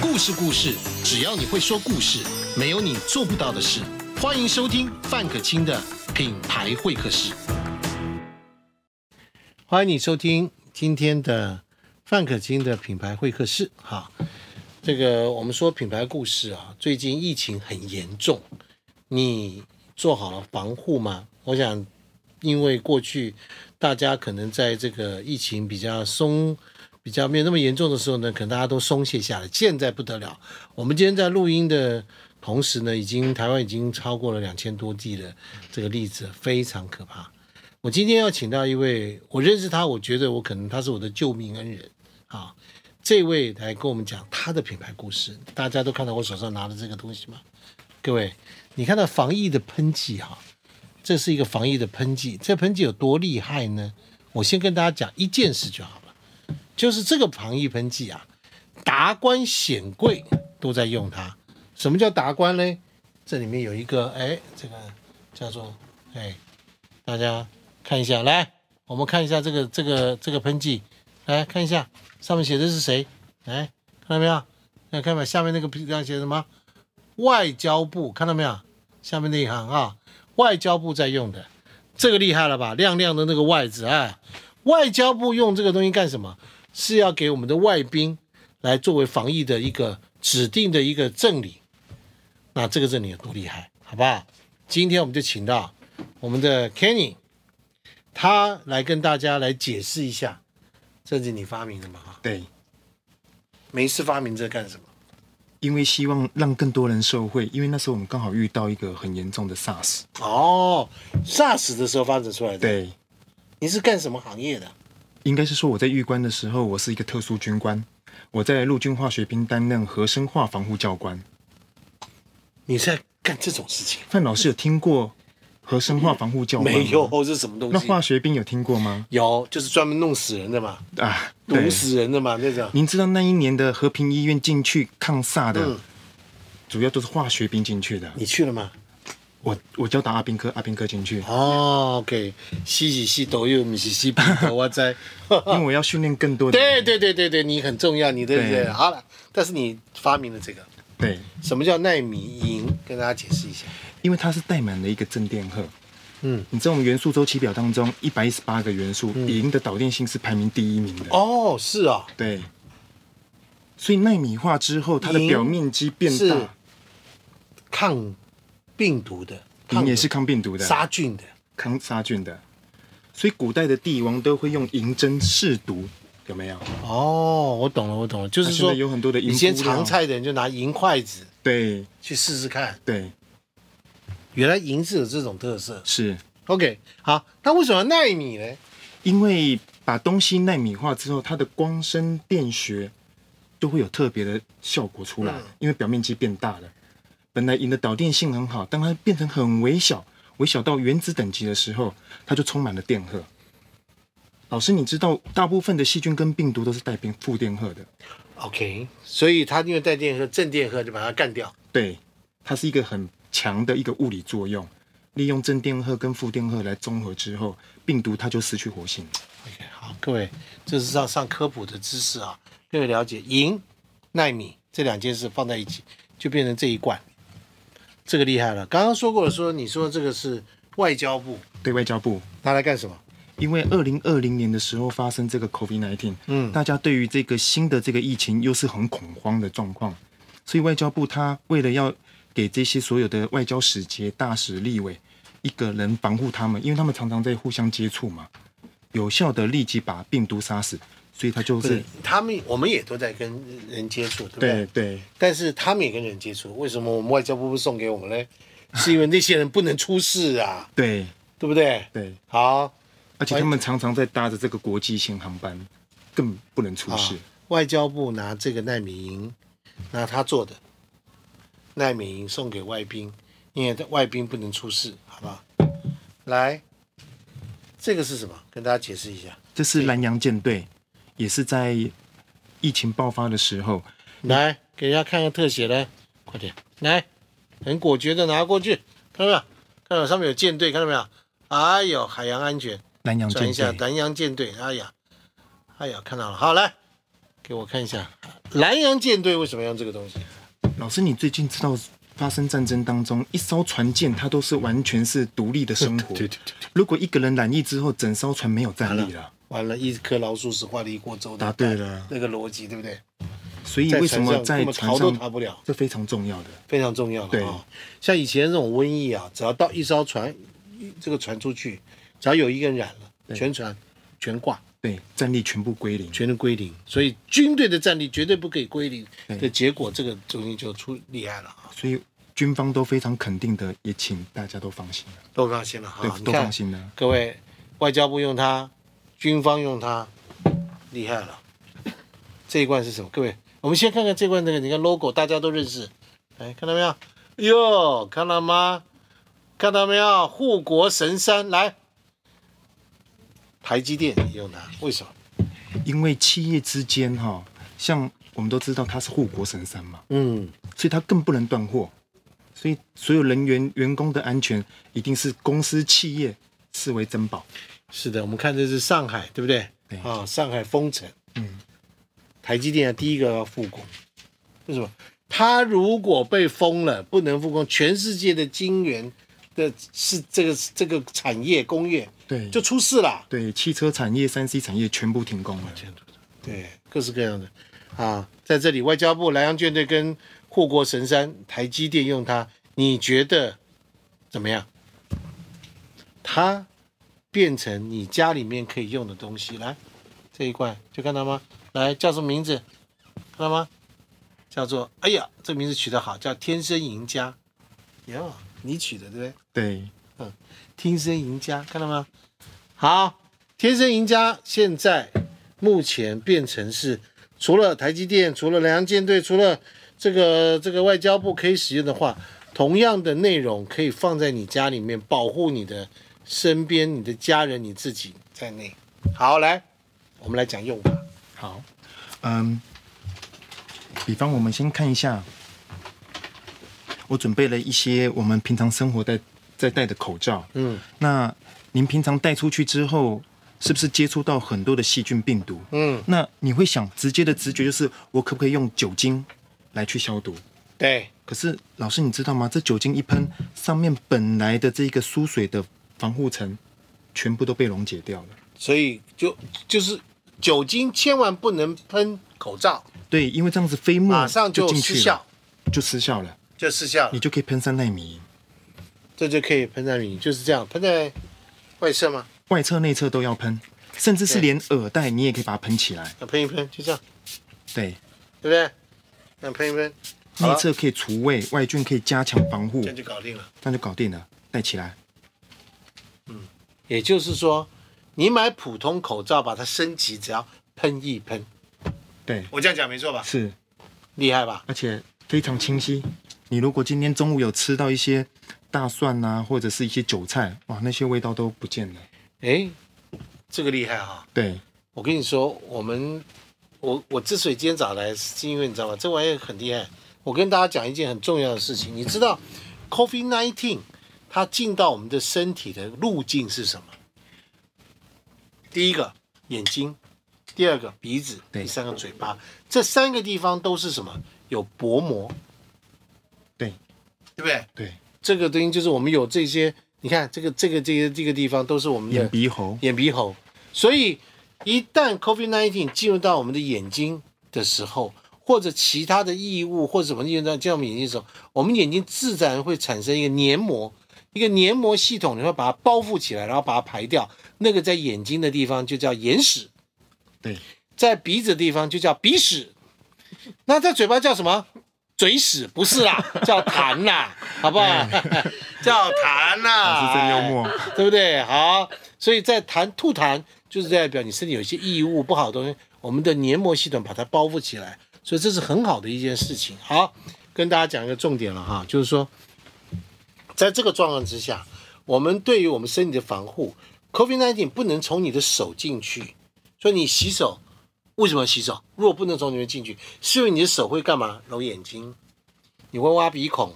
故事故事，只要你会说故事，没有你做不到的事。欢迎收听范可清的品牌会客室。欢迎你收听今天的范可清的品牌会客室。哈，这个我们说品牌故事啊，最近疫情很严重，你做好了防护吗？我想，因为过去大家可能在这个疫情比较松。比较没有那么严重的时候呢，可能大家都松懈下来。现在不得了，我们今天在录音的同时呢，已经台湾已经超过了两千多例的这个例子，非常可怕。我今天要请到一位，我认识他，我觉得我可能他是我的救命恩人啊。这位来跟我们讲他的品牌故事。大家都看到我手上拿的这个东西吗？各位，你看到防疫的喷剂哈、这是一个防疫的喷剂，这喷剂有多厉害呢？我先跟大家讲一件事就好了。就是这个防疫喷剂啊，达官显贵都在用它。什么叫达官呢？这里面有一个，哎，这个叫做，哎，大家看一下，来，我们看一下这个这个这个喷剂，来看一下上面写的是谁？来，看到没有？那看到没有？下面那个上写什么？外交部，看到没有？下面那一行啊，外交部在用的，这个厉害了吧？亮亮的那个外字，哎，外交部用这个东西干什么？是要给我们的外宾来作为防疫的一个指定的一个赠礼。那这个赠礼有多厉害，好不好？今天我们就请到我们的 Kenny，他来跟大家来解释一下，这是你发明的嘛？哈，对，没事发明这干什么？因为希望让更多人受惠，因为那时候我们刚好遇到一个很严重的 SARS。哦，SARS 的时候发展出来的。，对，你是干什么行业的？应该是说我在预官的时候，我是一个特殊军官，我在陆军化学兵担任和生化防护教官。你是在干这种事情？范老师有听过和生化防护教官吗没有，？这是什么东那西？化学兵有听过吗？有，就是专门弄死人的嘛，啊，毒对。死人的嘛，那种。您知道那一年的和平医院进去抗煞的，嗯主要都是化学兵进去的。你去了吗？我我教导阿兵哥，阿兵哥进去，哦，OK，是是是，都有，不是是不是，我在。因为我要训练更多 的。对对对对对，你很重要，你的对人好了。但是你发明了这个，对，什么叫纳米银？跟大家解释一下。因为它是带满了一个正电荷。嗯，你知道我们元素周期表当中，一百一十八个元素，银的导电性是排名第一名的。哦，是啊、对，所以纳米化之后，它的银表面积变是大，抗病毒的，抗银也是抗病毒的、杀菌的。抗杀菌的。所以古代的帝王都会用银针试毒，有没有？哦，我懂了，我懂了，就是那啊现说在有很多的银以前敷料尝菜的人就拿银筷子对去试试看，对，原来银是有这种特色。是 OK，好，那为什么要纳米呢？因为把东西纳米化之后，它的光生电学就会有特别的效果出来，因为表面积变大了。本来银的导电性很好，当它变成很微小，微小到原子等级的时候，它就充满了电荷。老师，你知道大部分的细菌跟病毒都是带变负电荷的， OK，所以它因为带电荷、正电荷就把它干掉。对，它是一个很强的一个物理作用，利用正电荷跟负电荷来综合之后，病毒它就失去活性。 OK，好，各位，这是上上科普的知识啊，各位了解银、纳米这两件事放在一起，就变成这一罐，这个厉害了。刚刚说过了说你说这个是外交部对外交部拿来干什么？因为二零二零年的时候发生这个 COVID-19，嗯大家对于这个新的这个疫情又是很恐慌的状况，所以外交部他为了要给这些所有的外交使节、大使、立委一个人防护他们，因为他们常常在互相接触嘛，有效的立即把病毒杀死，所以他就不是是，他们我们也都在跟人接触，对不对？对对但是他们也跟人接触，为什么我们外交部不送给我们呢？是因为那些人不能出事啊，对对不对？对，好，而且他们常常在搭着这个国际线航班，更不能出事。啊外交部拿这个奈米银，拿他做的奈米银送给外宾，因为外宾不能出事，好不好？来，这个是什么？跟大家解释一下。这是南洋舰队，也是在疫情爆发的时候。来，给大家看看特写来，快点，来，很果决的拿过去，看到没有？看到上面有舰队，看到没有？哎呦，海洋安全，南洋转一舰下队，南洋舰队，哎呀，哎呀，看到了，好来，给我看一下，南洋舰队为什么要用这个东西？老师，你最近知道发生战争当中，一艘船舰它都是完全是独立的生活。 对对对如果一个人染疫之后，整艘船没有战力了。完了，一颗老鼠屎坏了一锅粥的答啊对了那个逻辑对不对？所以在为什么船上在根本船逃都逃上不了，这非常重要的？非常重要了对啊、像以前这种瘟疫啊，只要到一艘船，一这个船出去，只要有一个人染了，全船全挂，对，战力全部归零。全都归零。所以军队的战力绝对不可以归零的结果，这个东西就出厉害了啊，所以军方都非常肯定的，也请大家都放心了。都放心了哈、对你都看放心了各位，外交部用它，军方用它，厉害了。这一罐是什么？各位，我们先看看这罐那个，你看 logo 大家都认识，哎，看到没有？哟，看到吗？看到没有？护国神山，来，台积电也用它，为什么？因为企业之间哈、像我们都知道它是护国神山嘛，嗯，所以它更不能断货。所以所有人员员工的安全一定是公司企业视为珍宝。是的，我们看这是上海，对不对？对啊，上海封城，嗯，台积电啊，第一个要复工，为什么？它如果被封了，不能复工，全世界的晶圆的是这个这个产业工业对，就出事啦。对，汽车产业、三 C 产业全部停工了。对，各式各样的啊，在这里外交部莱阳舰队跟护国神山台积电用它，你觉得怎么样？它变成你家里面可以用的东西，来这一罐就看到吗？来叫什么名字？看到吗？叫做哎呀，这名字取得好，叫天生赢家。呀，你取的对不对？对，天生赢家，看到吗？好，天生赢家现在目前变成是除了台积电、除了南洋舰队、除了这个这个外交部可以使用的话，同样的内容可以放在你家里面，保护你的身边、你的家人、你自己在内。好，来，我们来讲用法。好，嗯，比方我们先看一下，我准备了一些我们平常生活在在戴的口罩。嗯那您平常带出去之后，是不是接触到很多的细菌病毒？嗯，那你会想直接的直觉就是我可不可以用酒精来去消毒？对，可是老师你知道吗？这酒精一喷，上面本来的这个疏水的防护层全部都被溶解掉了。所以就就是酒精千万不能喷口罩，对，因为这样子飞沫马上就就进失去效了，，就失效了，就失效了你。就可以喷三纳米，这就可以喷在你，就是这样喷在外射吗？外侧、内侧都要喷，甚至是对连耳带你也可以把它喷起来。那啊喷一喷，就这样，对，对不对？那喷一喷，好了内侧可以除味，外菌可以加强防护这，样就搞定了。那就搞定了，戴起来。也就是说，你买普通口罩，把它升级，只要喷一喷，对，我这样讲没错吧？是，厉害吧？而且非常清晰。你如果今天中午有吃到一些大蒜呐、或者是一些韭菜，哇，那些味道都不见了。哎，这个厉害哈、对，我跟你说，我们我我之所以今天早来，是因为你知道吗？这玩意儿很厉害。我跟大家讲一件很重要的事情，你知道 COVID nineteen 它进到我们的身体的路径是什么？第一个眼睛，第二个鼻子，对第三个嘴巴，这三个地方都是什么？有薄膜，对，对不对？对，这个东西就是我们有这些，你看这个这个这个这个地方都是我们的眼鼻喉，眼鼻喉。所以一旦 COVID-19 进入到我们的眼睛的时候，或者其他的异物或者什么进入到进入我们眼睛的时候，我们眼睛自然会产生一个黏膜，一个黏膜系统，你会把它包覆起来，然后把它排掉。那个在眼睛的地方就叫眼屎，对，在鼻子的地方就叫鼻屎，那在嘴巴叫什么？嘴屎不是啦，叫痰啦，好不好？ 叫痰啦，哎老师真幽默，对不对？好，所以在痰吐痰，就是代表你身体有一些异物、不好的东西，我们的黏膜系统把它包覆起来，所以这是很好的一件事情。好，跟大家讲一个重点了哈，就是说，在这个状况之下，我们对于我们身体的防护，COVID-19 不能从你的手进去，所以你洗手。为什么要洗手？如果不能从里面进去，是因为你的手会干嘛？揉眼睛，你会挖鼻孔，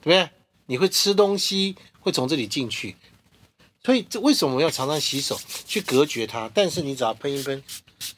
对不对？你会吃东西，会从这里进去。所以这为什么要常常洗手去隔绝它？但是你只要喷一喷，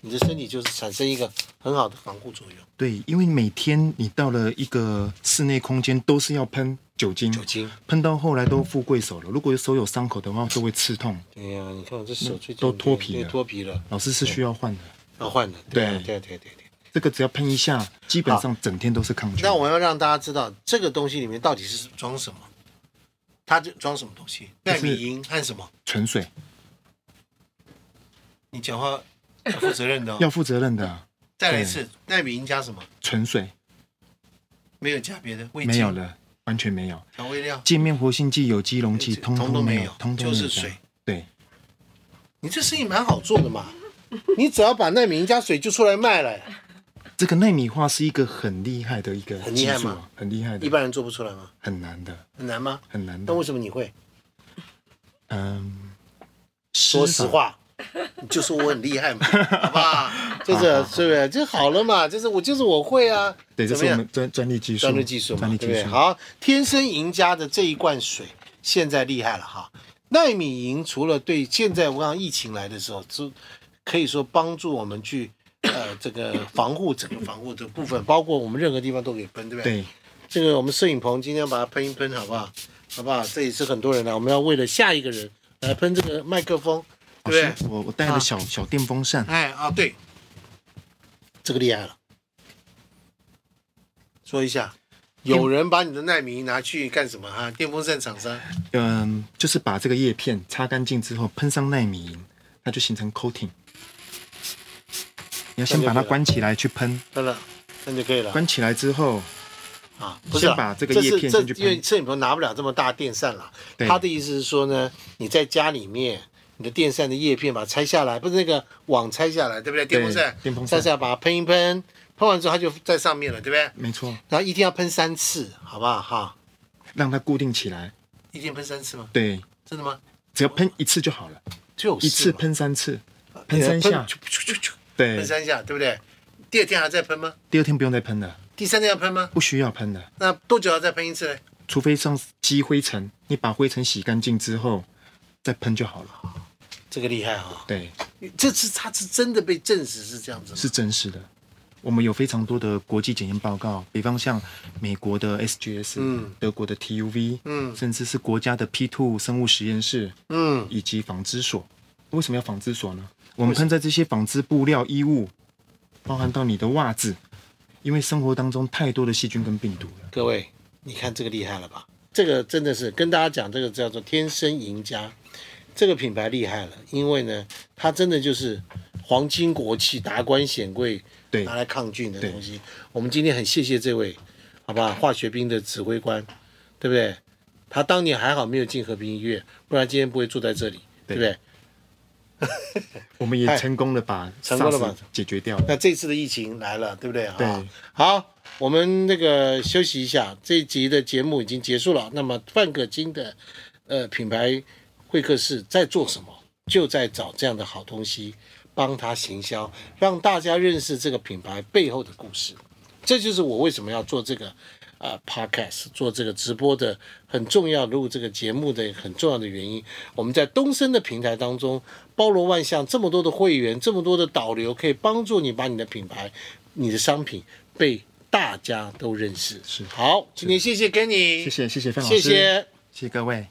你的身体就是产生一个很好的防护作用。对，因为每天你到了一个室内空间，都是要喷酒精，酒精，喷到后来都富贵手了。如果手有伤口的话，就会刺痛。对呀、你看我这手最近都脱皮了对脱皮了，老师是需要换的，要换了。对啊对对啊对啊对啊对啊。这个只要喷一下，基本上整天都是抗菌。那我要让大家知道这个东西里面到底是装什么，它就装什么东西，就纳是米银和什么？纯水你讲话要负责任的、哦。要负责任的啊，再来一次，纳米银加什么？纯水没有加别的味没有精、了，完全没有。调味料，界面活性剂、有机溶剂，通都通没没有，通通没有就是这样水。。对，你这生意蛮好做的嘛，你只要把纳米银加水就出来卖了，这个纳米化是一个很厉害的一个很厉技害术吗啊，很厉害一的，般人做不出来吗？很难的，很难吗？很难那的。为什么你会？嗯，说说实，话，你就说我很厉 害嘛，好吧？这个是不是就好了嘛？就是我就是我会啊，对，这怎是么我样？们专专利技术，专利技术嘛，专利对技不对？术。好，天生赢家的这一罐水现在厉害了哈。纳米银除了对现在我讲疫情来的时候，就可以说帮助我们去呃这个防护整个防护的部分，包括我们任何地方都可以喷，对不对？对，这个我们摄影棚今天把它喷一喷，好不好？好不好？这也是很多人啊来，我们要为了下一个人来喷这个麦克风，对不老对？师我我带啊了小小电风扇，哎啊，对，这个厉害了。说一下，有人把你的纳米拿去干什么啊？电风扇厂商嗯，就是把这个叶片擦干净之后，喷上纳米银，它就形成 coating。你要先把它关起来去喷，真的，那就可以了关起来之后，啊。不是啦先把这个是叶片这先去因为喷摄影棚拿不了这么大电扇啦。对他的意思是说呢，你在家里面。你的电扇的叶片把它拆下来，不是那个网拆下来，对不对？电风扇，电风扇拆下来把它喷一喷，喷完之后它就在上面了，对不对？没错，然后一定要喷三次，好不好？哈，让它固定起来。一定喷三次吗？对，真的吗？只要喷一次就好了，就是啊一次嘛喷三次，喷三下。啾啾啾啾啾对喷，三下，对不对？第二天还在喷吗？第二天不用再喷了，第三天要喷吗？不需要喷了，那多久要再喷一次呢？除非上积灰尘，你把灰尘洗干净之后再喷就好了。这个厉害啊、对，这次他是真的被证实是这样子吗，是真实的。我们有非常多的国际检验报告，比方像美国的 SGS，嗯德国的 TUV，嗯甚至是国家的 P2 生物实验室嗯，以及纺织所。为什么要纺织所呢？我们喷在这些纺织布料、衣物，包含到你的袜子，因为生活当中太多的细菌跟病毒了。各位，你看这个厉害了吧？这个真的是跟大家讲，这个叫做天生赢家，这个品牌厉害了，因为呢，它真的就是皇亲国戚、达官显贵对拿来抗菌的东西。我们今天很谢谢这位，好吧，化学兵的指挥官，对不对？他当年还好没有进和平医院，不然今天不会坐在这里，对对不对？我们也哎成功的把成功地把 SARS 解决掉。那这次的疫情来了，对不对啊？对好，我们那个休息一下，这一集的节目已经结束了。那么范可金的呃品牌会客室在做什么？就在找这样的好东西，帮他行销，让大家认识这个品牌背后的故事。这就是我为什么要做这个呃 podcast，做这个直播的很重要，录这个节目的很重要的原因。我们在东升的平台当中，包罗万象，这么多的会员，这么多的导流，可以帮助你把你的品牌、你的商品被大家都认识。是好，今天谢谢跟你，谢谢谢谢范老谢师，谢谢谢各位。